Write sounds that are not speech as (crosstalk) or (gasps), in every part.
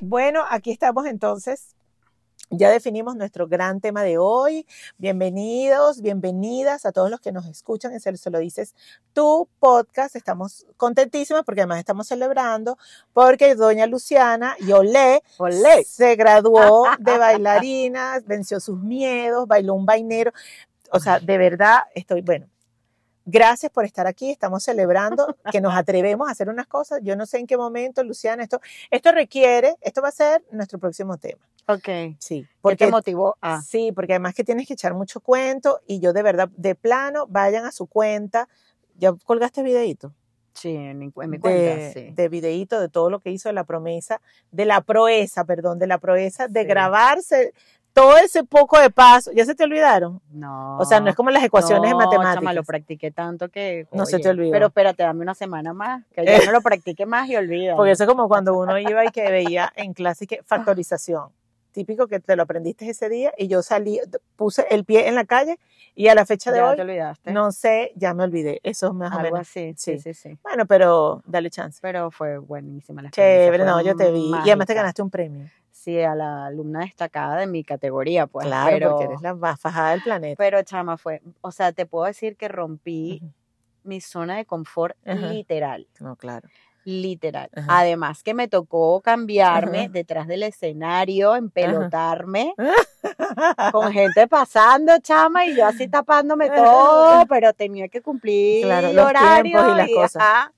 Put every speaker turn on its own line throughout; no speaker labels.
Bueno, aquí estamos entonces. Ya definimos nuestro gran tema de hoy. Bienvenidos, bienvenidas a todos los que nos escuchan en Se lo dices tu podcast. Estamos contentísimas porque además estamos celebrando porque doña Luciana Yolé
Olé.
se graduó de bailarina, venció sus miedos, bailó un vainero. O sea, de verdad estoy, bueno, gracias por estar aquí. Estamos celebrando que nos atrevemos a hacer unas cosas. Yo no sé en qué momento, Luciana, esto, esto requiere, esto va a ser nuestro próximo tema.
Ok.
Sí, porque
Porque te motivó Ah, a?
Sí, porque además que tienes que echar mucho cuento y yo de verdad, de plano, vayan a su cuenta. Ya colgaste videíto.
Sí, en, mi cu- en mi
de,
cuenta, sí.
de videíto de todo lo que hizo de la promesa, de la proeza, perdón, de la proeza de
Sí.
grabarse todo ese poco de paso. ¿Ya se te olvidaron?
No.
O sea, no es como las ecuaciones
no,
de
chama, lo
matemáticas.
practiqué tanto que.
No se te olvidó.
Pero espérate, dame una semana más. Que yo
(laughs)
no lo practique más y olvido.
Porque eso es como cuando uno iba y que veía en clase que factorización. Típico que te lo aprendiste ese día y yo salí, puse el pie en la calle y a la fecha
ya
de
te
hoy,
olvidaste.
no sé, ya me olvidé. Eso es más o
Algo
menos.
así. Sí, sí, sí.
Bueno, pero dale chance.
Pero fue buenísima la experiencia.
Chévere,
fue
no, yo te vi. Y además te
mágica.
ganaste un premio.
Sí, a la alumna destacada de mi categoría, pues.
claro,
pero,
porque eres la más fajada del planeta.
Pero, chama, fue. O sea, te puedo decir que rompí
Ujú.
mi zona de confort
Ajá.
literal.
No, claro.
literal.
Ajá.
Además que me tocó cambiarme
Ajá.
detrás del escenario,
(laughs)
empelotarme con
claro,
gente pasando, chama, y yo así tapándome todo, pero tenía que cumplir
Claro,
el
los
horario
tiempos y las cosas.
ajá.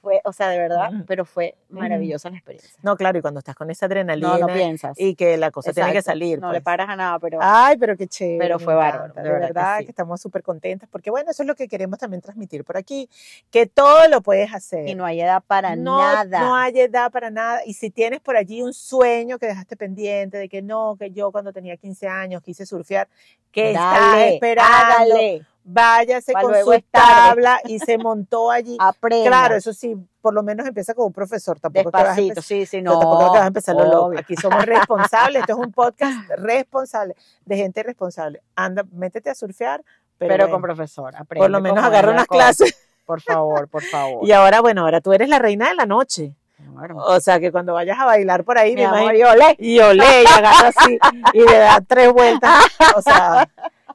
Fue, o sea, de verdad,
Ujú.
pero fue maravillosa la experiencia.
No, claro, y cuando estás con esa adrenalina
No, no piensas.
y que la cosa tiene que
Exacto.
salir.
No
pues.
le paras a nada, pero
Ay, pero qué chévere.
Pero
me
fue bárbaro,
encanta,
de
De
verdad que
verdad
sí.
que estamos súper contentas, porque bueno, eso es lo que queremos también transmitir por aquí, que todo lo puedes hacer.
y no hay edad para
no,
nada.
no hay edad para nada. Y si tienes por allí un sueño que dejaste pendiente de que no, que yo cuando tenía 15 años quise surfear, que está
Dale,
esperando,
hágale,
váyase
Pa'
con
luego
su
es tarde.
tabla y se montó
(laughs)
allí.
aprenda.
Claro, eso sí, por lo menos empieza con un profesor, tampoco es que vas a
despacito.
empezar-
Sí, sí,
pero
no.
tampoco es que vas a empezar lo loco.
obvio.
Aquí somos responsables, esto es
(laughs)
un podcast responsable, de gente responsable. Anda, métete a surfear, pero,
Pero,
bueno,
con profesor, aprende.
por lo menos
cómo es
agarra
la
unas
cosa.
clases.
Por favor, por favor.
(laughs) Y Oh, ahora, bueno, ahora tú eres la reina de la noche.
No, hermano.
O sea, que cuando vayas a bailar por ahí,
Mm. Mi
me
amor,
imagino, y olé, y agarra así, y le da tres vueltas. O
(laughs)
sea,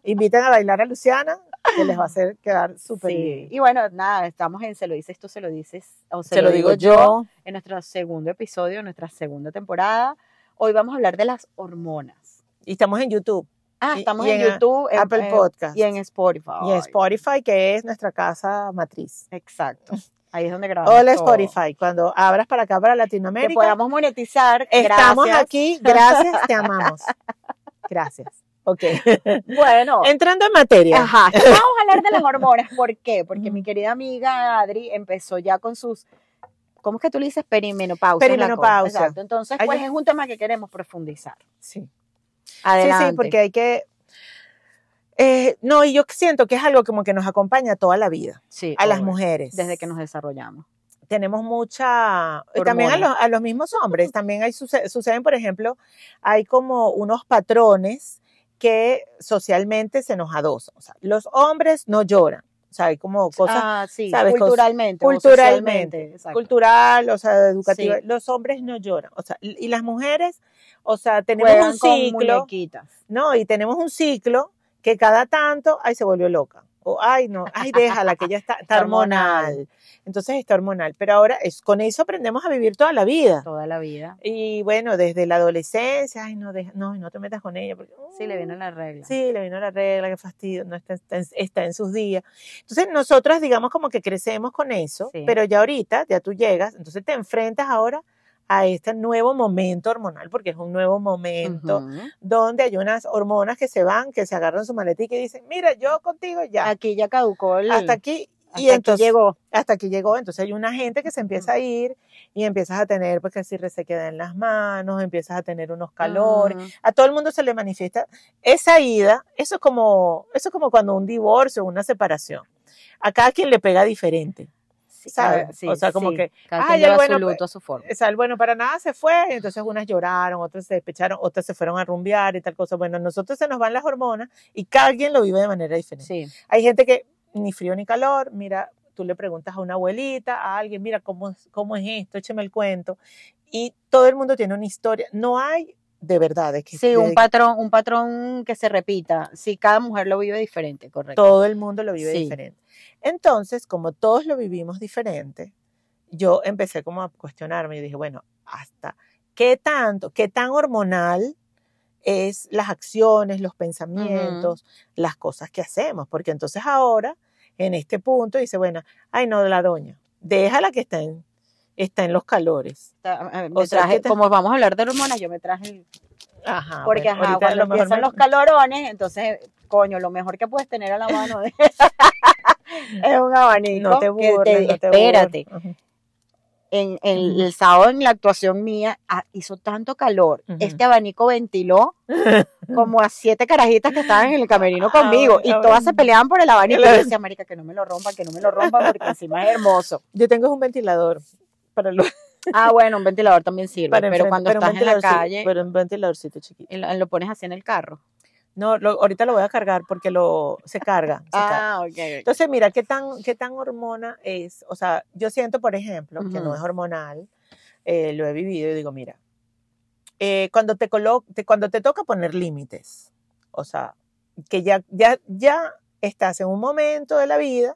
invitan a bailar a Luciana, que les va a hacer quedar súper
Sí.
bien.
Y bueno, nada, estamos en Se lo dices tú, se lo dices, o se,
Se lo digo yo.
en nuestro segundo episodio, en nuestra segunda temporada. Hoy vamos a hablar de las hormonas.
Y estamos en YouTube,
Ah,
Y-
estamos
y
en,
en
YouTube, en
Apple
en-
Podcast.
y en Spotify.
y en Spotify, que es nuestra casa matriz. (laughs)
Exacto. Ahí es donde grabamos.
Hola
todo.
Spotify, cuando abras para acá, para
Que
Latinoamérica,
podamos monetizar.
estamos
gracias.
(laughs) aquí, gracias, te amamos. Gracias. Ok.
Bueno.
(laughs) Entrando en materia. (laughs)
Ajá, sí, vamos a hablar de las hormonas. ¿Por qué? Porque
Ujú.
mi querida amiga Adri empezó ya con sus, ¿cómo es que tú le dices? Perimenopausia.
Perimenopausia.
Exacto. Entonces,
Ay,
pues
yo-
es un tema que queremos profundizar.
Sí.
Adelante.
Sí, sí, porque hay que... eh, no, y yo siento que es algo como que nos acompaña toda la vida,
Sí,
a las
obvio,
mujeres.
Desde que nos desarrollamos.
Tenemos mucha... y También a
Hormona.
los, a los mismos hombres, también hay, suce- suceden, por ejemplo, hay como unos patrones que socialmente se nos adosan. O sea, los hombres no lloran. O sea, hay como cosas
ah, sí,
¿sabes? Cos-
culturalmente. o
culturalmente,
socialmente, exacto.
cultural, o sea, educativa.
Sí.
Los hombres no lloran. O sea, y las mujeres, o sea, tenemos
Juegan
un
con
ciclo.
muñequitas.
No, y tenemos un ciclo que cada tanto, ay, se volvió loca. O, ay, no, ay, déjala, que ya
(laughs)
está, está
Está hormonal.
hormonal. Entonces está hormonal. Pero ahora es, con eso aprendemos a vivir toda la vida.
Toda la vida.
Y bueno, desde la adolescencia, ay, no, deja- no, no te metas con ella. Porque,
Sí, le viene la regla.
Sí, le vino la regla, qué fastidio, no está, está en, está en sus días. Entonces, nosotras, digamos, como que crecemos con eso,
Sí.
pero ya ahorita, ya tú llegas, entonces te enfrentas ahora a este nuevo momento hormonal, porque es un nuevo momento
Ujú.
donde hay unas hormonas que se van, que se agarran su maletica y dicen, mira, yo contigo ya,
Aquí ya caducó el...
hasta aquí.
hasta
y entonces,
aquí llegó.
hasta aquí llegó, entonces hay una gente que se empieza a ir y empiezas a tener, pues, que si resequedad en las manos, empiezas a tener unos calores,
Ujú.
a todo el mundo se le manifiesta esa ida, eso es como, eso es como cuando un divorcio, una separación. A cada quien le pega diferente.
Sí,
¿sabes?
cada-
O sea, como que,
Cada
"Ay,
quien
ya,
lleva
bueno,
su
pues,
luto a su forma.
O sea, el bueno para nada se fue, y entonces unas lloraron, otras se despecharon, otras se fueron a rumbear y tal cosa. Bueno, nosotros se nos van las hormonas y cada quien lo vive de manera diferente.
Sí.
Hay gente que ni frío ni calor, mira, tú le preguntas a una abuelita, a alguien, mira, ¿cómo, es- cómo es esto? Écheme el cuento. y todo el mundo tiene una historia. No hay de verdad. De que,
Sí,
de-
un patrón, un patrón que se repita. Sí, cada mujer lo vive diferente, correcto.
todo el mundo lo vive
Sí.
diferente. Entonces, como todos lo vivimos diferente, yo empecé como a cuestionarme. Yo dije, bueno, hasta qué tanto, qué tan hormonal es las acciones, los pensamientos, las cosas que hacemos. Porque entonces ahora, en este punto, dice, bueno, ay no, la doña, déjala que está en, está en los calores.
Ta- a- a- eh, me
o sea,
traje-
que te-
Como vamos a hablar de hormonas, yo me traje. el-
Ajá,
porque
bueno,
ajá,
ahorita a
cuando
lo mejor
empiezan
me-
los calorones, entonces, coño, lo mejor que puedes tener a la mano de- (laughs) es un abanico.
no te
que te-
burles, no te
espérate.
burles. Ujú.
En, en el,
Ujú.
sábado, en la actuación mía, ah, hizo tanto calor.
Ujú.
Este abanico ventiló como a siete carajitas que estaban en el camerino
Ah,
conmigo.
Ay,
y
ay.
todas se peleaban por el abanico. Y yo
Claro.
decía, marica, que no me lo rompan, que no me lo rompan, porque encima es hermoso.
Yo tengo un ventilador para los
Ah, bueno, un ventilador también sirve,
para
pero
enfrente,
cuando
pero un
estás en la
ventiladorcito-
calle,
Pero un ventiladorcito chiquito.
y lo, lo pones así en el carro.
No, lo- ahorita lo voy a cargar porque lo, se carga. se carga.
Ah, ok.
Entonces, mira, ¿qué tan, ¿qué tan hormona es? O sea, yo siento, por ejemplo, que no
Ujú.
es hormonal, eh, lo he vivido y digo, mira, eh, cuando, te colo te- cuando te toca poner límites, o sea, que ya, ya, ya estás en un momento de la vida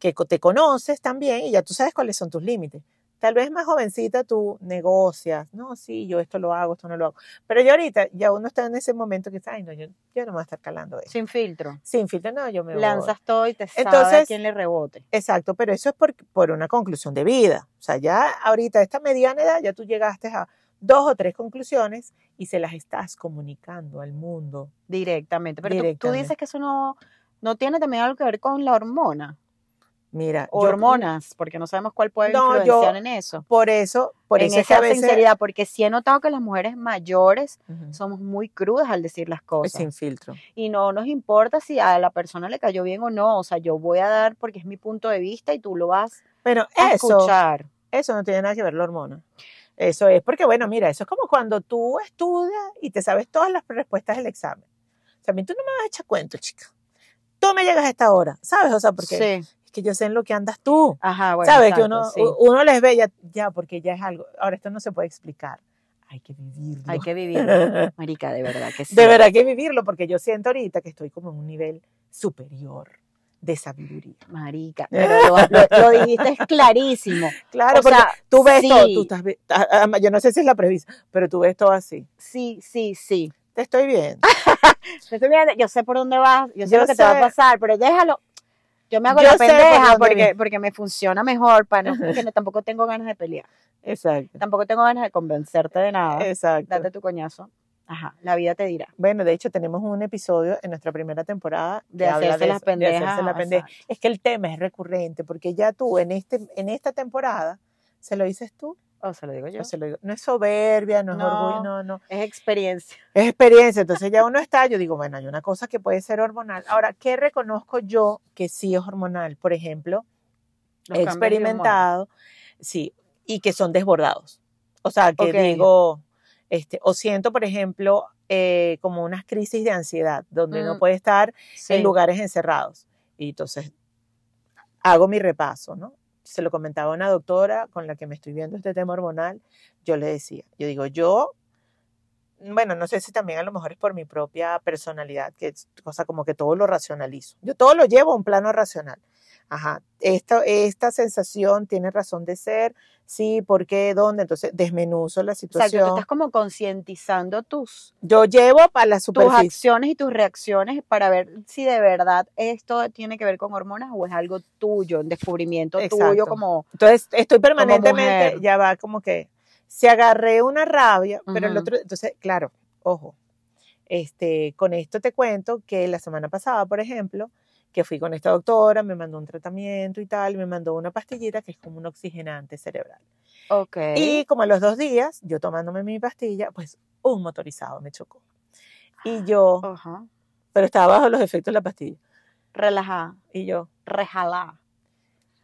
que co- te conoces también y ya tú sabes cuáles son tus límites. Tal vez más jovencita tú negocias, no, sí, yo esto lo hago, esto no lo hago. Pero ya ahorita, ya uno está en ese momento que está, ay, no, yo, yo no me voy a estar calando esto.
Sin filtro.
Sin filtro, no, yo me voy.
Lanzas todo y te sabe a
Entonces-
quién le rebote.
Exacto, pero eso es por, por una conclusión de vida. O sea, ya ahorita, a esta mediana edad, ya tú llegaste a dos o tres conclusiones y se las estás comunicando al mundo.
Directamente. Pero tú- Tú,
Directamente.
dices que eso no, no tiene también algo que ver con la hormona.
Mira,
O
yo-
hormonas, porque no sabemos cuál puede
No, yo-
influenciar en eso.
Por eso, por
en
eso es que
esa
a veces.
sinceridad, porque sí he notado que las mujeres mayores
Ujú,
somos muy crudas al decir las cosas.
Sin filtro.
y no nos importa si a la persona le cayó bien o no. O sea, yo voy a dar porque es mi punto de vista y tú lo vas
Pero
a
eso,
escuchar.
eso no tiene nada que ver la hormona. Eso es porque, bueno, mira, eso es como cuando tú estudias y te sabes todas las respuestas del examen. O sea, a mí tú no me vas a echar cuento, chica. Tú me llegas a esta hora, ¿sabes? O sea, porque
Sí.
es que yo sé en lo que andas tú.
Ajá, bueno.
¿Sabes?
exacto,
que uno,
sí.
u- uno les ve ya, ya, porque ya es algo. Ahora, esto no se puede explicar. Hay que vivirlo.
Hay
(laughs)
que vivir.
de
Marica, de verdad que sí.
verdad hay que vivirlo, porque yo siento ahorita que estoy como en un nivel superior de sabiduría.
Marica, pero lo, lo- lo dijiste clarísimo.
(laughs) Claro,
o
porque
sea,
tú ves
sí,
todo, tú estás, vi- a- a- yo no sé si es la previsión, pero tú ves todo así.
Sí, sí, sí.
Te estoy viendo.
Te estoy mirando, Yo sé por dónde vas, yo sé
Yo
lo que te va a
sé.
pasar, pero déjalo. Yo me hago
Yo
la
sé por
pendeja
dónde
porque,
viene.
porque me funciona mejor, para no, porque
(laughs)
no- tampoco tengo ganas de pelear,
Exacto.
tampoco tengo ganas de convencerte de nada.
Exacto.
Date tu coñazo. Ajá, la vida te dirá.
Bueno, de hecho tenemos un episodio en nuestra primera temporada
de
que habla
hacerse las
eso, de hacerse
pendejas.
la
ajá,
pendeja.
exacto.
Es que el tema es recurrente, porque ya tú en, este, en esta temporada, ¿se lo dices tú?
O se lo digo yo.
o se lo digo? No es soberbia, no es
No.
orgullo, no, no.
Es experiencia.
Es experiencia. Entonces ya uno está, yo digo, bueno, hay una cosa que puede ser hormonal. Ahora, ¿qué reconozco yo que sí es hormonal? Por ejemplo,
los
he
cambios de hormonas.
experimentado, sí, y que son desbordados. O sea, que
Ok.
digo, este, o siento, por ejemplo, eh, como unas crisis de ansiedad, donde no
Mm.
puede estar
Sí.
en lugares encerrados. Y entonces hago mi repaso, ¿no? Se lo comentaba a una doctora con la que me estoy viendo este tema hormonal, yo le decía, yo digo, yo, bueno, no sé si también a lo mejor es por mi propia personalidad, que es cosa como que todo lo racionalizo, yo todo lo llevo a un plano racional. Ajá, esta, esta sensación tiene razón de ser, sí, por qué, dónde, entonces desmenuzo la
Exacto, tú
situación.
estás como concientizando tus,
Yo llevo para la
tus
superficie.
acciones y tus reacciones para ver si de verdad esto tiene que ver con hormonas o es algo tuyo, un descubrimiento tuyo
Exacto.
como...
Entonces estoy permanentemente,
mujer.
ya va como que se agarré una rabia, pero el
Ujú.
otro, entonces, claro, ojo, este, con esto te cuento que la semana pasada, por ejemplo, que fui con esta doctora, me mandó un tratamiento y tal, me mandó una pastillita que es como un oxigenante cerebral.
Ok.
Y como a los dos días, yo tomándome mi pastilla, pues un motorizado me chocó.
Ah,
Y yo,
Ajá.
pero estaba bajo los efectos de la pastilla.
Relajá,
Y yo,
rejalá.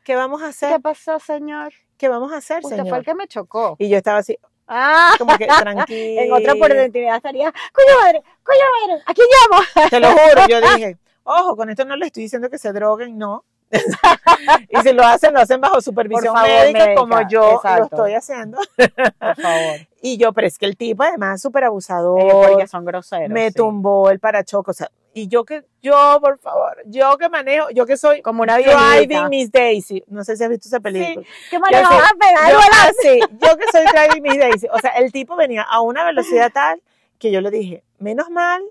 ¿qué vamos a
¿Qué
hacer?
pasó, señor?
¿Qué vamos a hacer,
Usted fue el
señor?
que me chocó.
Y yo estaba así,
Ah,
como que tranquila.
(laughs) en otra por identidad estaría, coño madre, coño madre, aquí (laughs)
Te lo juro, yo dije, ojo, con esto no (laughs) le estoy diciendo que se droguen, no. y si lo hacen, lo hacen bajo supervisión
Por favor,
médica,
médica,
como yo lo
exacto.
estoy haciendo.
por favor. Eh,
Y yo, pero es que el tipo además es súper abusador,
porque son groseros.
me
sí.
tumbó el parachoco, o sea, y yo que, yo, por favor, yo que manejo, yo que soy
Como una
Driving
violita.
Miss Daisy, no sé si has visto esa película.
¿Qué
Yo
manejaba?
sé,
Pegar
Yo,
el volante.
así, yo que soy Driving Miss Daisy. O sea, el tipo venía a una velocidad tal que yo le dije, menos mal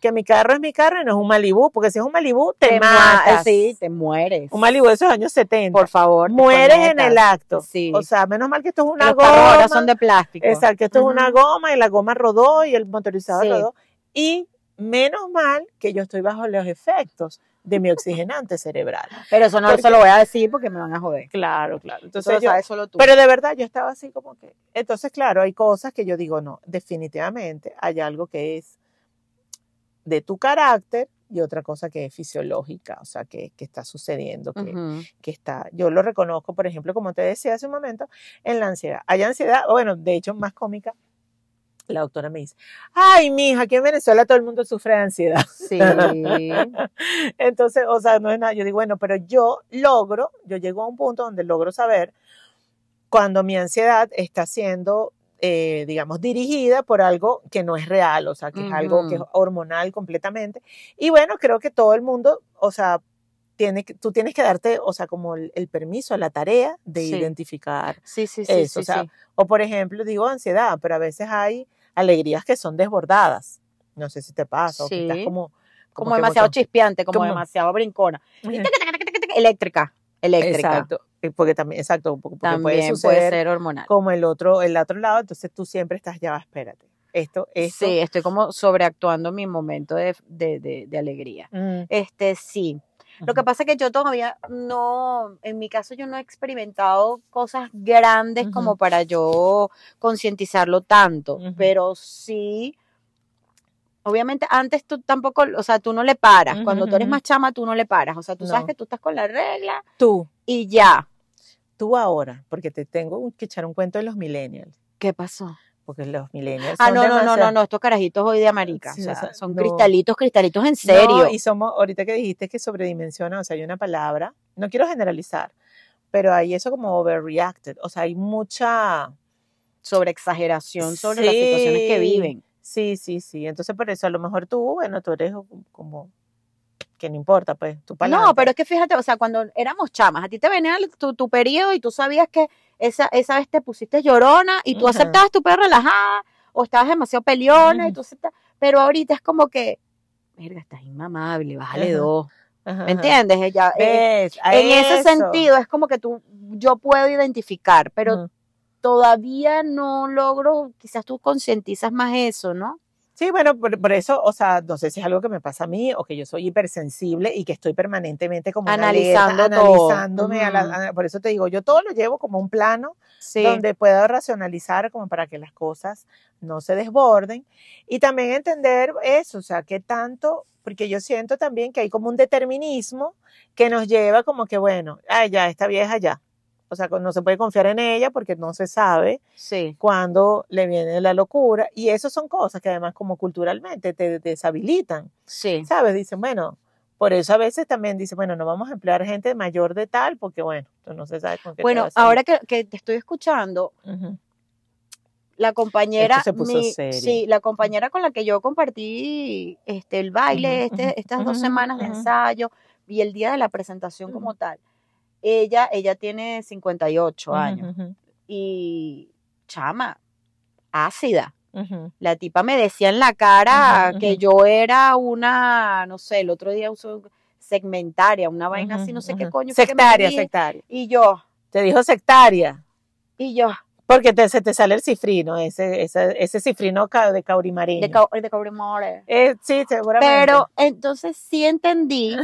que mi carro es mi carro y no es un Malibú, porque si es un Malibú, te,
Te
matas.
matas. Sí, te mueres.
Un Malibú de esos años 70.
Por favor. te
Mueres en
conectas.
el acto.
Sí.
O sea, menos mal que esto es una
Los
goma.
carros ahora son de plástico.
Exacto, que esto
Ujú.
es una goma y la goma rodó y el motorizado
Sí.
rodó. Y menos mal que yo estoy bajo los efectos de mi oxigenante cerebral.
Pero eso no
Porque-
se lo voy a decir porque me van a joder.
Claro, claro.
Eso
Entonces
lo
yo-
sabes solo tú.
pero de verdad, yo estaba así como que. Entonces, claro, hay cosas que yo digo, no, definitivamente hay algo que es de tu carácter y otra cosa que es fisiológica, o sea, que, que está sucediendo, que,
Ujú.
que está. Yo lo reconozco, por ejemplo, como te decía hace un momento, en la ansiedad. Hay ansiedad, o bueno, de hecho, más cómica. La doctora me dice, ay, mija, aquí en Venezuela todo el mundo sufre de ansiedad.
(laughs) Sí.
Entonces, o sea, no es nada. Yo digo, bueno, pero yo logro, yo llego a un punto donde logro saber cuando mi ansiedad está siendo, eh, digamos, dirigida por algo que no es real, o sea, que es algo que es
Ujú.
hormonal completamente. Y bueno, creo que todo el mundo, o sea, tiene que, tú tienes que darte, o sea, como el, el permiso, la tarea de
Sí.
identificar.
Sí, sí, sí.
Eso,
sí,
o sea,
sí.
O por ejemplo, digo ansiedad, pero a veces hay alegrías que son desbordadas. No sé si te pasa, o que estás
Sí.
como...
Como,
que
demasiado
mucho-
chispeante, como,
como-
demasiado brincona. Eléctrica. Eléctrica.
Exacto, eh, porque también, exacto, porque porque puede
También puede,
suceder
ser hormonal.
como el otro, el otro lado, entonces tú siempre estás ya, va, espérate, esto, esto,
Sí, estoy como sobreactuando mi momento de, de- de- de alegría.
mm,
Este, sí. Lo que
ujú,
pasa es que yo todavía no, en mi caso yo no he experimentado cosas grandes
Ujú.
como para yo concientizarlo tanto,
Ujú.
pero sí, obviamente antes tú tampoco, o sea, tú no le paras,
Ujú,
cuando tú eres
ujú.
más chama tú no le paras, o sea, tú sabes
No.
que tú estás con la regla
tú,
y ya.
tú ahora, porque te tengo que echar un cuento de los millennials,
¿Qué pasó?
porque los millennials
Ah,
son
no, no, no, no,
demasiado-
no, estos carajitos hoy de amarica,
Sí,
o
o
sea,
sea,
son
no.
cristalitos, cristalitos en serio.
No, y somos, ahorita que dijiste que sobredimensiona, o sea, hay una palabra, no quiero generalizar, pero hay eso como overreacted, o sea, hay mucha...
sobre exageración sobre las situaciones que
Sí.
viven.
Sí, sí, sí. Entonces, por eso a lo mejor tú, bueno, tú eres como que no importa, pues, tú pa'lante.
No, pero es que fíjate, o sea, cuando éramos chamas, a ti te venía el- tu, tu periodo y tú sabías que esa, esa vez te pusiste llorona y tú
Ajá.
aceptabas tu perro relajada o estabas demasiado peleona y
Ujú.
tú aceptabas, pero ahorita es como que, verga, estás inmamable, bájale
Ajá,
dos,
Ajá,
¿me
ajá.
entiendes? Ella, eh,
¿Ves? A
en ese
eso.
sentido es como que tú, yo puedo identificar, pero
Ujú.
todavía no logro, quizás tú concientizas más eso, ¿no?
Sí, bueno, por, por eso, o sea, no sé si es algo que me pasa a mí o que yo soy hipersensible y que estoy permanentemente como una alerta,
Analizando todo.
analizándome. a la-
Ujú.
a- por eso te digo, yo todo lo llevo como un plano
Sí.
donde pueda racionalizar como para que las cosas no se desborden y también entender eso, o sea, qué tanto, porque yo siento también que hay como un determinismo que nos lleva como que, bueno, ay, ya, esta vieja ya. O sea, no se puede confiar en ella porque no se sabe
Sí.
cuándo le viene la locura. Y eso son cosas que además como culturalmente te deshabilitan.
Sí.
¿sabes? Dicen, bueno, por eso a veces también dicen, bueno, no vamos a emplear gente mayor de tal, porque bueno, tú no se sabe con qué te
Bueno,
vas a
ahora que, que te estoy escuchando,
ir. Ujú.
la compañera,
Esto se puso
mi-
serio.
sí, la compañera con la que yo compartí este el baile,
Ujú,
este-
ujú,
estas dos
ujú,
semanas de
ujú.
ensayo y el día de la presentación como
Ujú.
tal. Ella, ella tiene 58
Ujú,
años
ujú,
y chama, ácida.
ujú.
La tipa me decía en la cara
Ujú,
que
ujú.
yo era una, no sé, el otro día usó segmentaria, una vaina así,
Ujú,
no sé qué
ujú.
coño. fue que me
Sectaria,
dijo.
sectaria.
Y yo,
Te dijo sectaria.
y yo,
Porque te, se te sale el cifrino, ese, ese, ese cifrino ca- de caurimareño.
de, cau- de Cabrimore.
Eh, sí, seguramente.
Pero entonces sí entendí,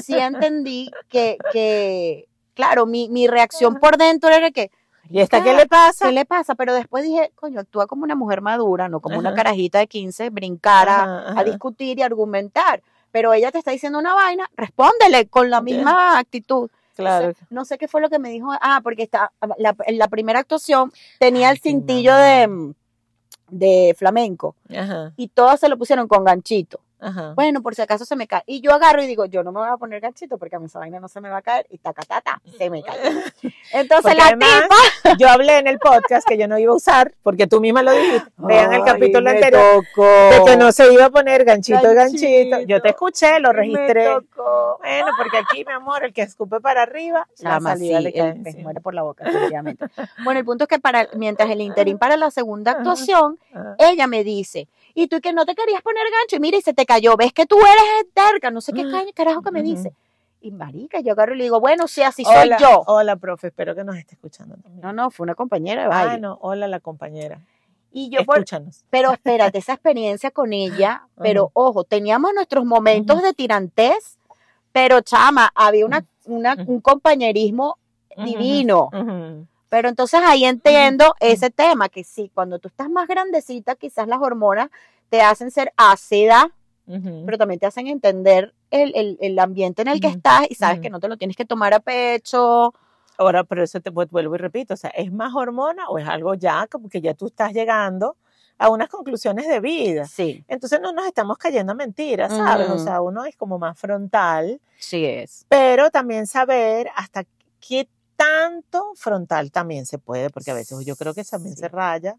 sí entendí que, que claro, mi, mi reacción por dentro era que,
¿Y esta qué
Claro,
le pasa?
¿qué le pasa? Pero después dije, coño, actúa como una mujer madura, no como una
Ajá.
carajita de 15, brincar a,
Ajá,
a
ajá.
discutir y argumentar. Pero ella te está diciendo una vaina, respóndele con la
Entiendo.
misma actitud.
Claro.
Entonces, no sé qué fue lo que me dijo. Ah, porque está, la, en la primera actuación tenía
Ay,
el
qué
cintillo de, de flamenco
Ajá.
y todas se lo pusieron con ganchito.
Ajá.
Bueno, por si acaso se me cae. Y yo agarro y digo, yo no me voy a poner ganchito porque a mí esa vaina no se me va a caer. Y taca, tata, se
(laughs)
me cae.
Porque
Entonces la
además,
tipa.
Yo hablé en el podcast que yo no iba a usar, porque tú misma lo dijiste. Vean el
Ay,
capítulo
me
anterior
tocó.
de que no se iba a poner ganchito, ganchito.
Ganchito.
Yo te escuché, lo registré.
Me tocó.
Bueno, porque aquí, mi amor, el que escupe para arriba,
Chama,
la salida
sí,
le cae
el pez
encima.
muere por la boca,
(laughs)
definitivamente. bueno, el punto es que para, mientras el interín para la segunda
Ajá.
actuación,
Ah.
ella me dice, y tú que no te querías poner gancho, y mira, y se te cayó, ves que tú eres terca, no sé qué ca- carajo que me
Ah, Ujú.
dice. Y marica, yo agarro y le digo, bueno, sí, así
hola,
soy yo.
Hola, profe, espero que nos esté escuchando. también.
No, no, fue una compañera de baile.
Ah, no, hola la compañera.
Y yo por,
Escúchanos.
pero espérate, esa experiencia con ella,
(laughs)
pero
Ajá.
ojo, teníamos nuestros momentos
Ujú.
de tirantes, pero chama, había una, una-
Ujú.
un compañerismo divino.
Ujú.
Pero entonces ahí entiendo ese tema, que sí, cuando tú estás más grandecita, quizás las hormonas te hacen ser ácida,
Ujú.
pero también te hacen entender el, el- el ambiente en el que
Ujú.
estás y sabes
Ujú.
que no te lo tienes que tomar a pecho.
Ahora, pero eso te vu- vuelvo y repito, o sea, ¿es más hormona o es algo ya como que ya tú estás llegando a unas conclusiones de vida?
Sí,
Entonces no nos estamos cayendo a mentiras, ¿sabes? O
Ujú.
sea, uno es como más frontal,
sí es.
pero también saber hasta qué tanto frontal también se puede, porque a veces yo creo que también
Sí.
se raya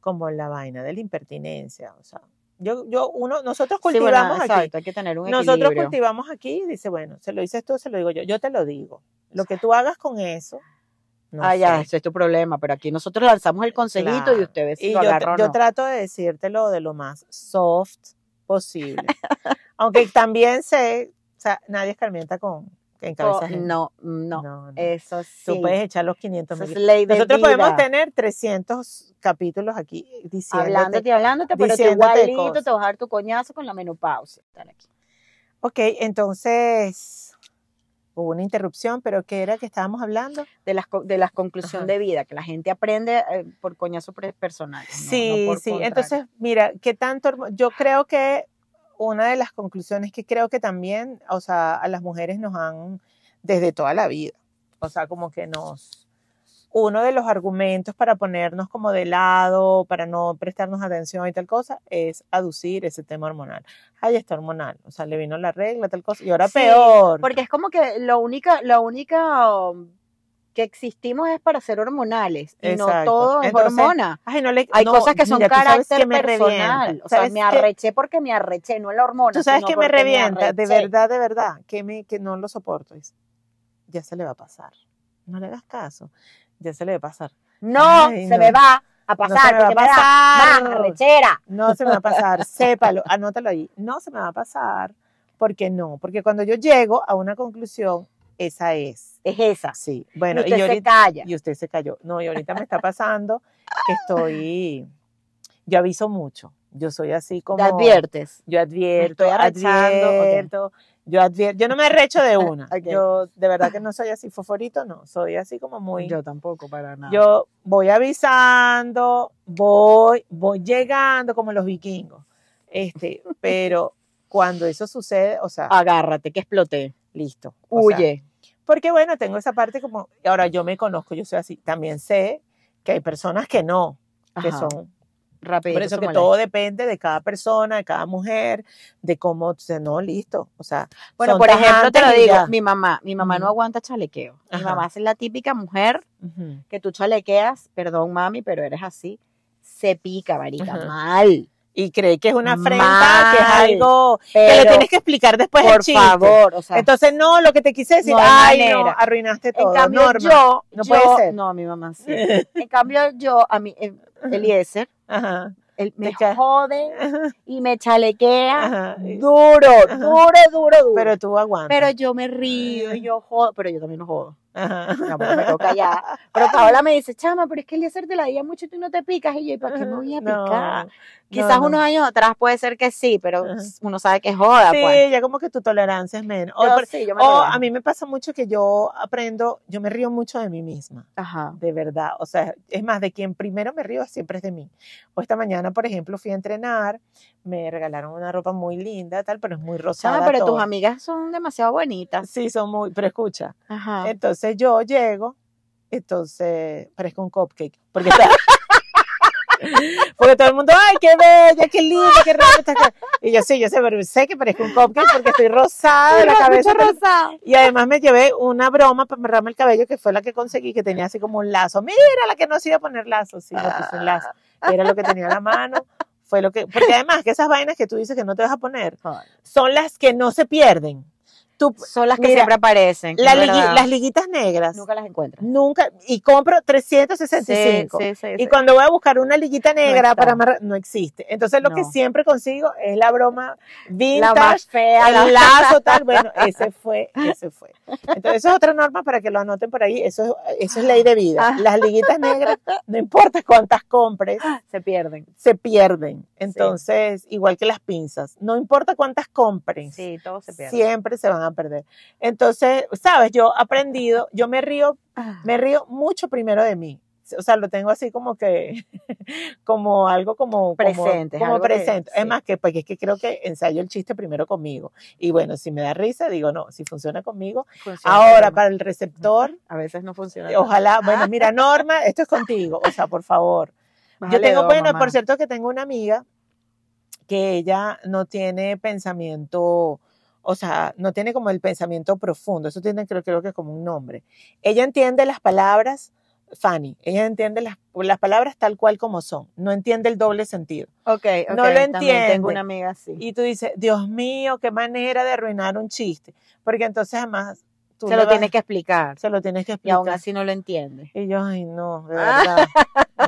como la vaina de la impertinencia, o sea, yo, yo, uno, nosotros
Sí, bueno,
cultivamos aquí,
exacto, hay que tener un
nosotros
equilibrio.
cultivamos aquí, dice, bueno, se lo dices tú, se lo digo yo, yo te lo digo. Lo que tú hagas con eso, no
ah, ya,
sé.
ese es tu problema, pero aquí nosotros lanzamos el consejito y
Claro.
usted ve si
Y
lo
yo,
agarra
tra-
o
yo
no.
trato de decírtelo de lo más soft posible.
(laughs)
Aunque también sé, o sea, nadie escarmienta con, en cabeza
Co-
ajena.
no,
no,
no,
no.
eso
Tú
sí.
puedes echar los 500
Eso es
mil.
ley de
Nosotros podemos
vida.
tener 300 capítulos aquí diciéndote,
hablándote, hablándote, pero tú
diciéndote
igualito
cosas.
te vas a dar tu coñazo con la menopausia. Estar aquí.
Ok, entonces hubo una interrupción, pero ¿qué era que estábamos hablando?
De las, co- de las conclusión
Ajá.
de vida, que la gente aprende eh, por coñazo pre- personal. no-
Sí,
no por
sí.
contrario.
Entonces, mira, ¿qué tanto? hormo- Yo creo que una de las conclusiones que creo que también, o sea, a las mujeres nos han, desde toda la vida, o sea, como que nos, uno de los argumentos para ponernos como de lado, para no prestarnos atención y tal cosa, es aducir ese tema hormonal. Ay, está hormonal, o sea, le vino la regla, tal cosa, y ahora
Sí,
peor.
Porque es como que lo única, lo única um, que existimos es para ser hormonales. Y no
Exacto.
todo es
Entonces,
hormona.
Ay, no le,
Hay
no,
cosas que son
mira, tú sabes
carácter
que me
personal.
revienta,
O sea,
¿sabes
me
qué?
arreché porque me arreché, no la hormona.
Tú sabes
sino
que me
porque
revienta, de
arreché.
verdad, de verdad, que, me, que no lo soporto. Dice, ya se le va a pasar. No le hagas caso. Ya se le va a pasar.
No,
Ay,
se
no.
me va a pasar,
no se me
porque
va
me da
a
más
pasar.
arrechera.
No se me va a
(laughs)
pasar. Sépalo, anótalo ahí. No se me va a pasar. porque no? Porque cuando yo llego a una conclusión, esa es.
Es esa.
Sí.
Y
Bueno, y,
usted
yo
se
ahorita-
calla.
y usted se cayó. No, y ahorita me está pasando que estoy. Yo aviso mucho. Yo soy así como.
Te adviertes.
Yo advierto,
estoy arrechando, ok.
advierto, yo advierto, yo no me arrecho
(laughs)
de una.
Ok.
Yo de verdad que no soy así foforito, no, soy así como muy yo,
tampoco, para nada.
voy avisando, voy voy llegando como los vikingos.
(laughs)
Este, pero cuando eso sucede, o sea,
Agárrate, que exploté.
listo. o sea,
Ah, Huye.
porque bueno, tengo esa parte como ahora yo me conozco, yo soy así. También sé que hay personas que no, que
Ajá,
son
rapidito
por eso
se
que
molesta.
todo depende de cada persona, de cada mujer, de cómo, o sea, no, listo. O sea,
Bueno,
son
por ejemplo, te lo
tajantes y
digo,
ya.
mi mamá, mi mamá no
Ujú.
aguanta chalequeo. Mi
Ajá.
mamá es la típica mujer
Ujú.
que tú chalequeas, perdón mami, pero eres así, se pica, marica,
Ajá.
mal.
Y cree que es una afrenta, que es
Mal.
algo
Pero,
que le tienes que explicar después el
por
chiste.
favor, o sea,
Entonces, no, lo que te quise decir,
No hay
ay, no,
manera.
arruinaste todo.
en cambio
Norma.
yo,
no
yo-
puede ser.
no, mi mamá sí. En cambio yo, a mí, el- Eliezer,
Ajá.
él me
Te ca-
jode y me chalequea
Ajá.
duro,
Ajá.
duro, duro, duro. Pero,
Pero tú aguantas.
yo me río, y yo jodo, pero yo también no jodo.
Ajá. (laughs)
Tampoco me quedo callada. Pero Paola me dice, chama, pero es que Eliezer te la día mucho y tú no te picas. Y yo, ¿y para qué me voy a
No,
picar?
no,
Quizás
no.
unos años atrás puede ser que sí, pero
Ajá.
uno sabe que es joda,
Sí,
pues.
ya como que tu tolerancia es menos. O
Yo
por-
sí, yo me
O
relajo.
a mí me pasa mucho que yo aprendo, yo me río mucho de mí misma,
Ajá.
de verdad. O sea, es más, de quien primero me río siempre es de mí. O esta mañana, por ejemplo, fui a entrenar, me regalaron una ropa muy linda, tal, pero es muy rosada.
Chama, Ah, pero
todo.
tus amigas son demasiado bonitas.
Sí, son muy, pero escucha.
Ajá. (laughs)
Entonces yo llego, entonces parezco un cupcake, porque está, Porque todo el mundo, ay, qué bella, qué linda, qué rara estás acá". Y yo sí, yo sé, pero sé que parezco un cupcake porque estoy rosada de la cabeza.
rosa.
Y además me llevé una broma para amarrarme el cabello que fue la que conseguí, que tenía así como un lazo. Mira, la que no se iba a poner lazo. Sí, le puse un lazo.
Ah.
Era lo que tenía en la mano. Fue lo que, porque además que esas vainas que tú dices que no te vas a poner son las que no se pierden. Tú,
Son las que
Mira,
siempre aparecen.
la
es
ligui-
verdad.
las liguitas negras.
nunca las encuentras.
Nunca, y compro 365.
Sí, sí, sí,
Y
sí.
cuando voy a buscar una liguita negra
está.
para amarrar, no existe. Entonces lo que
No.
siempre consigo es la broma
la
vintage,
más fea, la-
el
(laughs)
lazo tal. Bueno, ese fue, ese fue. Entonces eso es otra norma para que lo anoten por ahí. Eso es, eso es ley de vida.
Ah.
Las liguitas negras, no importa cuántas compres,
se pierden.
se pierden. Entonces, igual que las pinzas, no importa cuántas compres
Sí, todo se pierde.
siempre se van a perder. Entonces, sabes, yo he aprendido, yo me río,
Ah.
me río mucho primero de mí. O sea, lo tengo así como que, (laughs) como algo como como-
Presente, es
Como,
algo que-
presente. Es
sí.
más que, porque es que creo que ensayo el chiste primero conmigo. Y bueno, si me da risa, digo, no, si funciona conmigo.
Funciona,
Ahora,
pero
para el receptor,
a veces no funciona.
ojalá, bueno,
(laughs)
mira, Norma, esto es contigo. O sea, por favor. Yo
Bájale
tengo,
dos,
bueno,
oh, mamá.
por cierto que tengo una amiga que ella no tiene pensamiento, o sea, no tiene como el pensamiento profundo, eso tiene creo, creo que es como un nombre. Ella entiende las palabras, Fanny, ella entiende las, las palabras tal cual como son, no entiende el doble sentido.
Okay,
No
ok,
lo
también
entiende.
Tengo una amiga así.
Y tú dices, Dios mío, qué manera de arruinar un chiste, porque entonces además tú le
se lo
vas-
tienes que explicar.
se lo tienes que
Y
explicar.
aún así no lo entiende.
Y yo, ay, no, de
Ah.
verdad.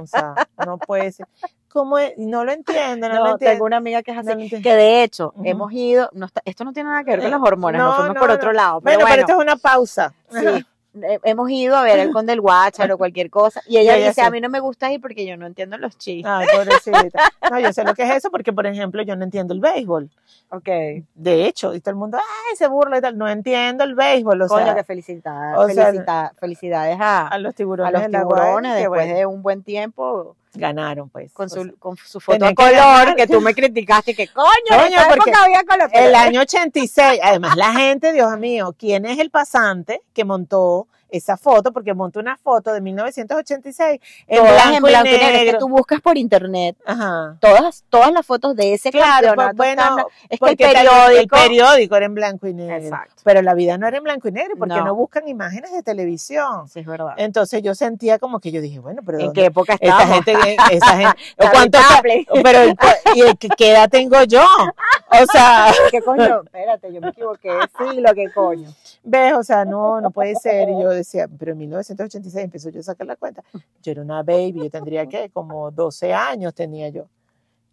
O sea, no puede ser. ¿Cómo es? No lo entiendo, no,
No,
lo
tengo
entiendo.
una amiga que es así.
No lo entiendo.
que de hecho,
Ujú.
hemos ido. No está- esto no tiene nada que ver con las hormonas,
No,
nos fuimos
no,
por
no.
otro lado. Pero
Bueno, pero
bueno,
esto es una pausa.
(laughs) sí, eh, hemos ido a ver el Conde del
(laughs)
Guácharo o cualquier cosa. Y ella
Y ella
dice:
sí.
A mí no me gusta ir porque yo no entiendo los chistes.
Ay, pobrecita. No, yo sé lo que es eso porque, por ejemplo, yo no entiendo el béisbol.
Ok.
De hecho, y todo el mundo, ay, se burla y tal. No entiendo el béisbol. O
Coño,
sea,
que felicitar,
o sea,
felicita- felicidades a,
a los tiburones,
a los
del Aguadero,
tiburones
que,
después
bueno,
de un buen tiempo
Ganaron, pues.
con
O sea,
su, con su foto a
tenían que
color
ganar.
que tú me criticaste que coño,
Coño,
en esa
porque
época había color pero
El año 86, además la gente, Dios mío, ¿quién es el pasante que montó esa foto? Porque montó una foto de 1986 en
todas
blanco,
en blanco
y negro.
Es que tú buscas por internet
Ajá.
todas todas las fotos de ese
Claro, pues,
campeonato están-
bueno,
es que el
porque tal-
periódico,
el periódico era en blanco y negro.
exacto
Pero la vida no era en blanco y negro porque no,
No.
buscan imágenes de televisión.
sí es verdad
Entonces yo sentía como que yo dije, bueno, pero
en
¿dónde-
qué época
esa
estábamos
gente, esa gente,
(laughs) Charlie
¿cuánto?
Chaplin.
Pero ¿y cu- y el que- qué edad tengo yo? O sea, (laughs)
(laughs) qué coño espérate yo me equivoqué sí lo que coño
¿Ves? O sea, no, no puede ser. Y yo decía, pero en 1986 empezó yo a sacar la cuenta. Yo era una baby, yo tendría que como 12 años tenía yo.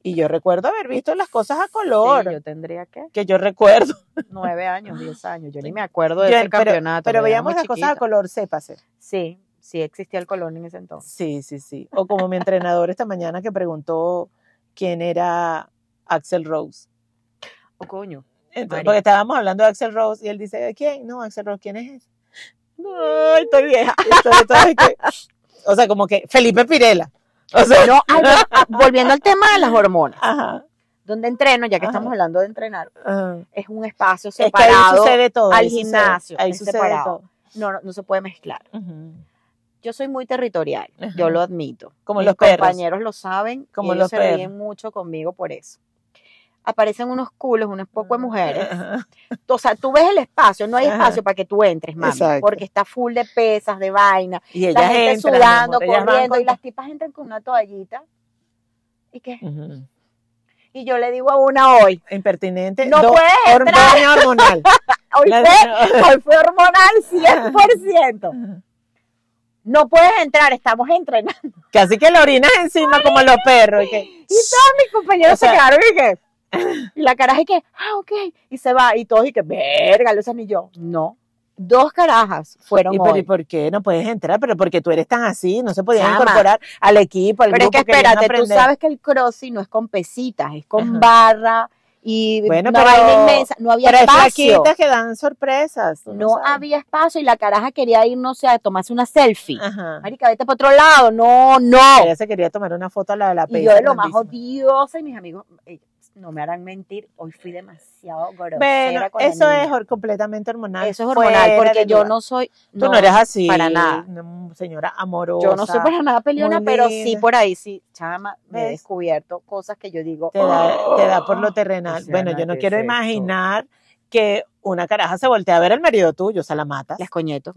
Y yo recuerdo haber visto las cosas a color,
Sí, yo tendría que
que yo recuerdo.
nueve años diez años yo ni me acuerdo
(laughs) Yo-
de ese
pero-
campeonato
Pero
yo era muy
veíamos las cosas a
chiquita.
color, sépase.
sí sí existía el color en ese entonces
Sí, sí, sí. O como mi entrenador esta mañana que preguntó quién era Axel Rose.
oh coño
Entonces,
Marica.
porque estábamos hablando de Axel Rose y él dice, "¿De ¿quién? No, Axel Rose, ¿quién es ese? No, estoy vieja. (laughs) Estoy- estoy- que- o sea, como que Felipe Pirela. O sea,
no ay, pero, ah, volviendo al tema de las hormonas
ajá,
donde entreno ya que
Ajá.
estamos hablando de entrenar
ajá.
es un espacio
Es que ahí
separado
sucede todo.
al
ahí sucede-
gimnasio,
ahí
es
sucede
separado.
todo.
no, no, no se puede mezclar.
Ujú.
Yo soy muy territorial,
Ajá.
yo lo admito.
Como
Mis
los perros.
compañeros lo saben,
Como
como ellos
los
se
perros.
ríen mucho conmigo por eso. Aparecen unos culos, unos poco de mujeres.
Ajá.
O sea, tú ves el espacio, no hay
Ajá.
espacio para que tú entres, mami,
Exacto.
porque está full de pesas, de vaina.
(laughs) Y
La
ellas
gente
entran, mi
sudando,
amor, ellas van
corriendo,
con-
y las tipas entran con una toallita. ¿Y qué?
Ujú.
Y yo le digo a una hoy,
Impertinente.
No
do-
puede
horm-
entrar.
daño hormonal.
hoy
La- (laughs)
fue, hoy fue hormonal 100%. (laughs) No puedes entrar, estamos entrenando.
Casi que la orinas encima como los perros. y que-
Y todos mis compañeros
O sea-
se quedaron y que. Y la caraja y que, ah, ok. Y se va. Y todos y que, verga, Luzan y yo. No. Dos carajas fueron
¿Y, pero,
hoy.
¿y por qué no puedes entrar? Pero porque tú eres tan así, no se podían
Chama.
incorporar al equipo, al
Pero es
grupo
que
querían
espérate, tú
aprender.
sabes que el crossy no es con pesitas, es con
Ajá.
barra y
Bueno,
una
pero-
vaina inmensa. No había
Pero hay
espacio.
flaquitas que dan sorpresas. tú
No
sabes.
había espacio y la caraja quería ir, no sé, a tomarse una selfie.
Ajá.
Marica, vete para otro lado. No, no.
Ella se quería tomar una foto a la de la
Y
pesa
yo de lo más
grandísima.
odiosa y mis amigos, eh, no me harán mentir, hoy fui demasiado grosera
Bueno,
con la
eso
niña.
es hor- completamente hormonal.
Eso es hormonal,
fuera
porque
de
yo
lugar.
no soy.
Tú no, eres así.
para nada.
no, Señora amorosa.
Yo no soy para nada peleona,
muy
pero sí
linda.
por ahí, sí, chama, me he
¿Ves?
descubierto cosas que yo digo.
Te da, te da por
(gasps) (laughs)
lo
O
terrenal.
sea,
bueno,
nada
yo no
que
quiero
ver esto.
imaginar que una caraja se voltea a ver al marido tuyo, o sea, la matas.
Las coñetos.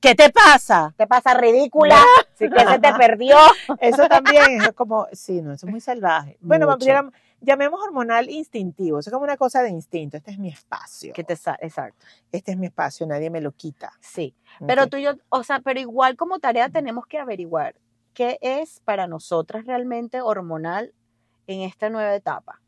¿Qué te pasa?
Te pasa ridícula, si que se
(laughs)
te perdió.
Eso también es como, sí, no, eso es muy salvaje. Bueno,
Mucho.
pudiéramos- llamemos hormonal instintivo, eso es como una cosa de instinto, este es mi espacio,
Que te sa- exacto,
este es mi espacio, nadie me lo quita.
sí. Pero
Ok.
tú y yo, o sea, pero igual como tarea tenemos que averiguar qué es para nosotras realmente hormonal en esta nueva etapa.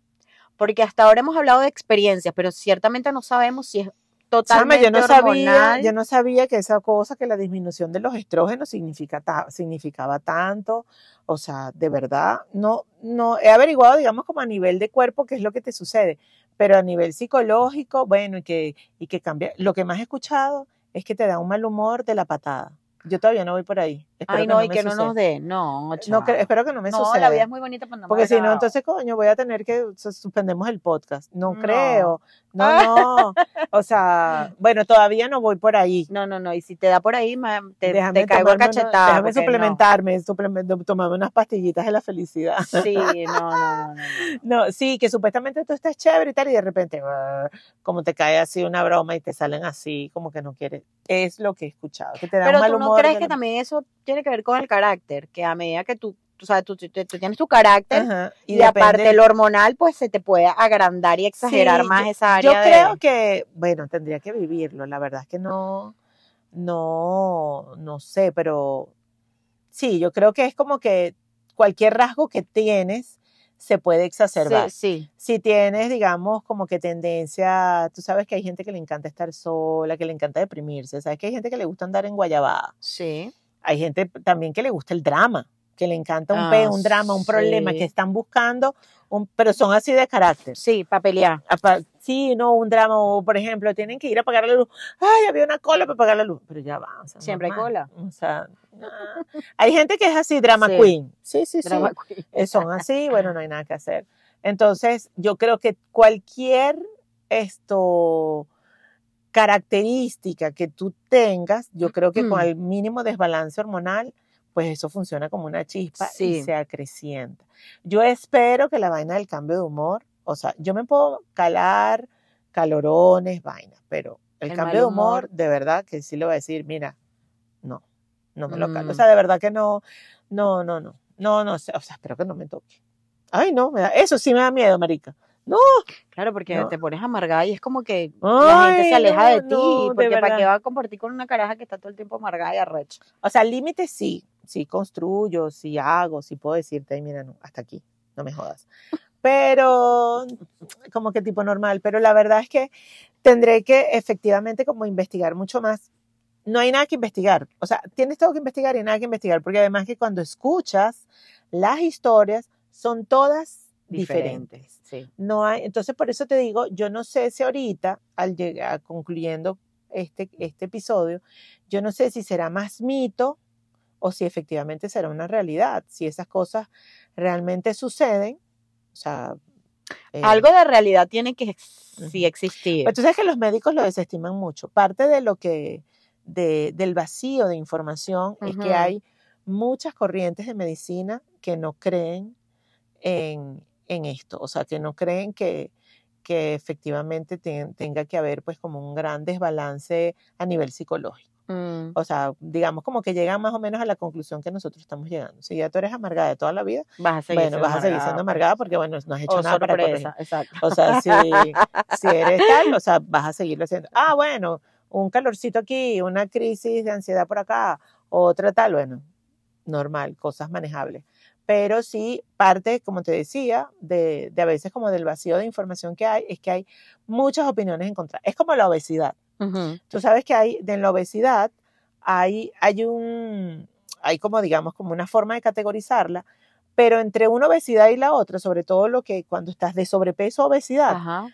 Porque hasta ahora hemos hablado de experiencias, pero ciertamente no sabemos si es
Chama,
totalmente
yo no sabía,
hormonal.
yo no sabía que esa cosa que la disminución de los estrógenos significa ta- significaba tanto, o sea, de verdad, no, no, he averiguado, digamos, como a nivel de cuerpo qué es lo que te sucede, pero a nivel psicológico, bueno, y que, y que cambia, lo que más he escuchado es que te da un mal humor de la patada. Yo todavía no voy por ahí. Espero
Ay, no, y
me
que no nos
suceda.
dé. No,
No,
chama.
que- espero que no me
No,
suceda.
la vida es muy bonita para andar
Porque si no,
amargado.
entonces, coño, voy a tener que su- suspendemos el podcast. No,
No. Ah.
creo. No, no. O
(laughs)
sea, bueno, todavía no voy por ahí.
No, no, no. Y si te da por ahí, ma, te,
Déjame
te caigo a
tomarme una-
cachetada.
déjame
porque no.
suplementarme, suplemen- tomarme unas pastillitas de la felicidad. (laughs)
Sí, no, no, no, no, no.
No, sí, que supuestamente tú estás chévere y tal, y de repente, brr, como te cae así una broma y te salen así, como que no quieres. Es lo que he escuchado, que te da un
Pero
mal
tú no
humor
crees
de
que
la-
también eso tiene que ver con el carácter, que a medida que tú, tú sabes, tú, tú- tú tienes tu carácter
Ajá,
y,
depende-
aparte el hormonal, pues se te puede agrandar y exagerar
Sí,
más
yo-
esa
Yo
área. de-
creo que, bueno, tendría que vivirlo. La verdad es que no, no, no sé, pero sí, yo creo que es como que cualquier rasgo que tienes se puede exacerbar.
Sí, sí.
Si tienes, digamos, como que tendencia, tú sabes que hay gente que le encanta estar sola, que le encanta deprimirse, sabes que hay gente que le gusta andar en guayabada,
Sí.
hay gente también que le gusta el drama, que le encanta un
Ah,
peo, un drama, un problema,
sí.
que están buscando, un, pero son así de carácter.
Sí, para pelear.
Apa- Sí, no, un drama, o por ejemplo, tienen que ir a pagar la luz. Ay, había una cola para pagar la luz. Pero ya va. o sea,
Siempre hay
normal. O sea, (laughs) ah. hay gente que es así, drama
Sí.
queen. Sí, sí, sí.
Drama queen.
Eh, Son así, bueno, no hay nada que hacer. Entonces, yo creo que cualquier esto característica que tú tengas, yo creo que con el mínimo desbalance hormonal, pues eso funciona como una chispa
Sí.
y se acrecienta. Yo espero que la vaina del cambio de humor, o sea, yo me puedo calar calorones, vainas, pero el,
El
cambio de
mal
humor,
humor.
de verdad que sí le voy a decir, mira, no, no me lo calo. O
Mm.
sea, de verdad que no, no, no, no, no, no, sé, o sea, espero que no me toque. Ay, no, me da, eso sí me da miedo, marica.
Claro, porque
No.
te pones amargada y es como que la gente
Ay,
se aleja
no,
de ti.
no, de
porque para
verdad.
qué va a compartir con una caraja que está todo el tiempo amargada y arrecha.
O sea, límites sí, sí construyo, sí hago, sí puedo decirte, "Ay, mira, no, hasta aquí, no me jodas. Pero, como que tipo normal, pero la verdad es que tendré que efectivamente como investigar mucho más. No hay nada que investigar, o sea, tienes todo que investigar y nada que investigar, porque además que cuando escuchas las historias son todas diferentes.
Diferentes. Sí.
No hay, entonces por eso te digo, yo no sé si ahorita, al llegar concluyendo este, este episodio, yo no sé si será más mito o si efectivamente será una realidad, si esas cosas realmente suceden, o sea... eh,
Algo de realidad tiene que ex-
Ujú.
sí existir.
Pero tú sabes que los médicos lo desestiman mucho. Parte de lo que, de- del vacío de información es
Ujú.
que hay muchas corrientes de medicina que no creen en, en esto, o sea, que no creen que, que efectivamente ten- tenga que haber pues como un gran desbalance a nivel psicológico.
Mm.
O sea, digamos como que llegan más o menos a la conclusión que nosotros estamos llegando. Si ya tú eres amargada de toda la vida,
Vas a seguir
bueno,
siendo
vas a seguir siendo amargada porque bueno, no has hecho
Oh,
nada para corregir.
sorpresa, exacto.
O sea, si, si eres tal, o sea, vas a seguirlo haciendo. Ah, bueno, un calorcito aquí, una crisis de ansiedad por acá, otra tal, bueno, normal, cosas manejables. Pero sí, parte, como te decía, de, de a veces como del vacío de información que hay, es que hay muchas opiniones encontradas. Es como la obesidad.
Ujú.
Tú sabes que hay, de la obesidad, hay, hay un, hay como digamos, como una forma de categorizarla, pero entre una obesidad y la otra, sobre todo lo que cuando estás de sobrepeso o obesidad,
Ajá.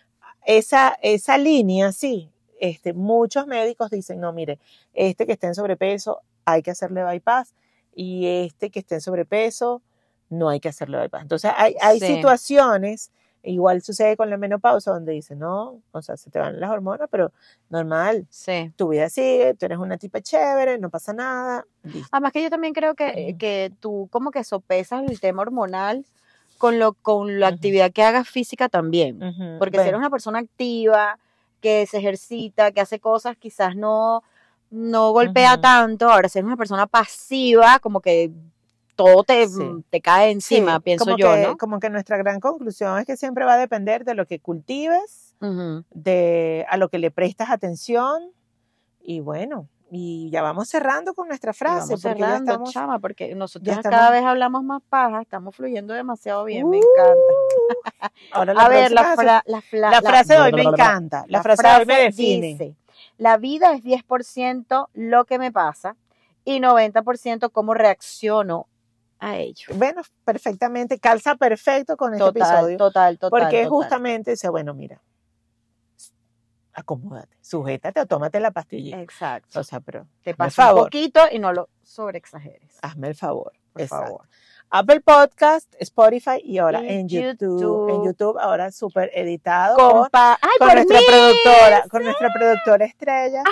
esa, esa línea, sí, este, muchos médicos dicen, no, mire, este que está en sobrepeso hay que hacerle bypass y este que está en sobrepeso no hay que hacerle bypass. Entonces hay, hay
Sí.
situaciones Igual sucede con la menopausa, donde dice, no, o sea, se te van las hormonas, pero normal,
Sí.
tu vida sigue, tú eres una tipa chévere, no pasa nada. listo.
Además que yo también creo que, eh,
Ujú.
que tú como que sopesas el tema hormonal con, lo, con la
Ujú.
actividad que hagas física también.
Ujú,
Porque si
bueno,
eres una persona activa, que se ejercita, que hace cosas, quizás no, no golpea
Ujú.
tanto. Ahora, si eres una persona pasiva, como que todo te, mm,
Sí.
te cae
sí,
encima, pienso
como
yo,
que-
¿no?
Como que nuestra gran conclusión es que siempre va a depender de lo que cultives,
Ujú.
de a lo que le prestas atención y bueno, y ya vamos cerrando con nuestra
Y
frase
vamos
porque
cerrando,
ya estamos
chama, porque nosotros
ya
cada
estamos-
vez hablamos más paja, estamos fluyendo demasiado bien, me
Uh,
encanta.
Ahora la
A ver, la,
próxima-
fra- la, fla-
la
(laughs) la-
frase de hoy me encanta, la, frase, de hoy me define.
dice, la vida es 10% lo que me pasa y 90% cómo reacciono a ello.
Bueno, perfectamente, calza perfecto con este
Total,
episodio
total, total.
porque
total.
justamente dice, bueno, mira, acomódate, sujétate o tómate la pastilla.
Exacto.
O sea, pero
Te
hazme
pasa un
favor. Ah,
poquito y no lo sobreexageres.
hazme el favor.
Por
exacto.
favor.
Apple Podcast, Spotify y ahora
Y
en YouTube. En
YouTube.
YouTube ahora súper editado por,
Compa Ay,
con
por
nuestra
mí. Ah,
productora, con nuestra productora estrella.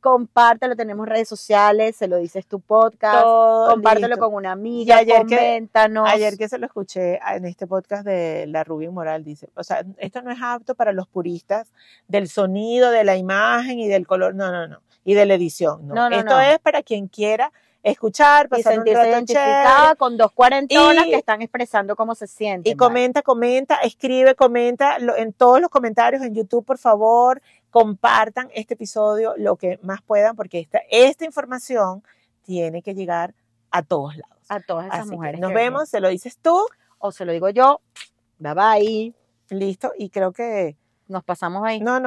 Compártelo, tenemos redes sociales, se lo dices tu podcast.
Todo
Compártelo
listo.
con una amiga,
Y ayer que-
coméntanos.
Ayer que se lo escuché en este podcast de la Rubén Moral, dice, o sea, esto no es apto para los puristas del sonido, de la imagen y del color, no, no, no, y de la edición, no.
No, no,
esto
no.
es para quien quiera escuchar,
y
pasar un
sentirse
rato
identificada
chévere,
con dos cuarentonas
Y-
que están expresando cómo se sienten.
Y comenta, comenta, escribe, comenta lo- en todos los comentarios en YouTube, por favor, compartan este episodio lo que más puedan, porque esta, esta información tiene que llegar a todos lados.
¿vale? a todas esas
Así
mujeres.
que nos
que
vemos, se lo dices tú,
ven. O se lo digo yo. Bye bye.
listo, y creo que
Nos pasamos ahí.
no, no.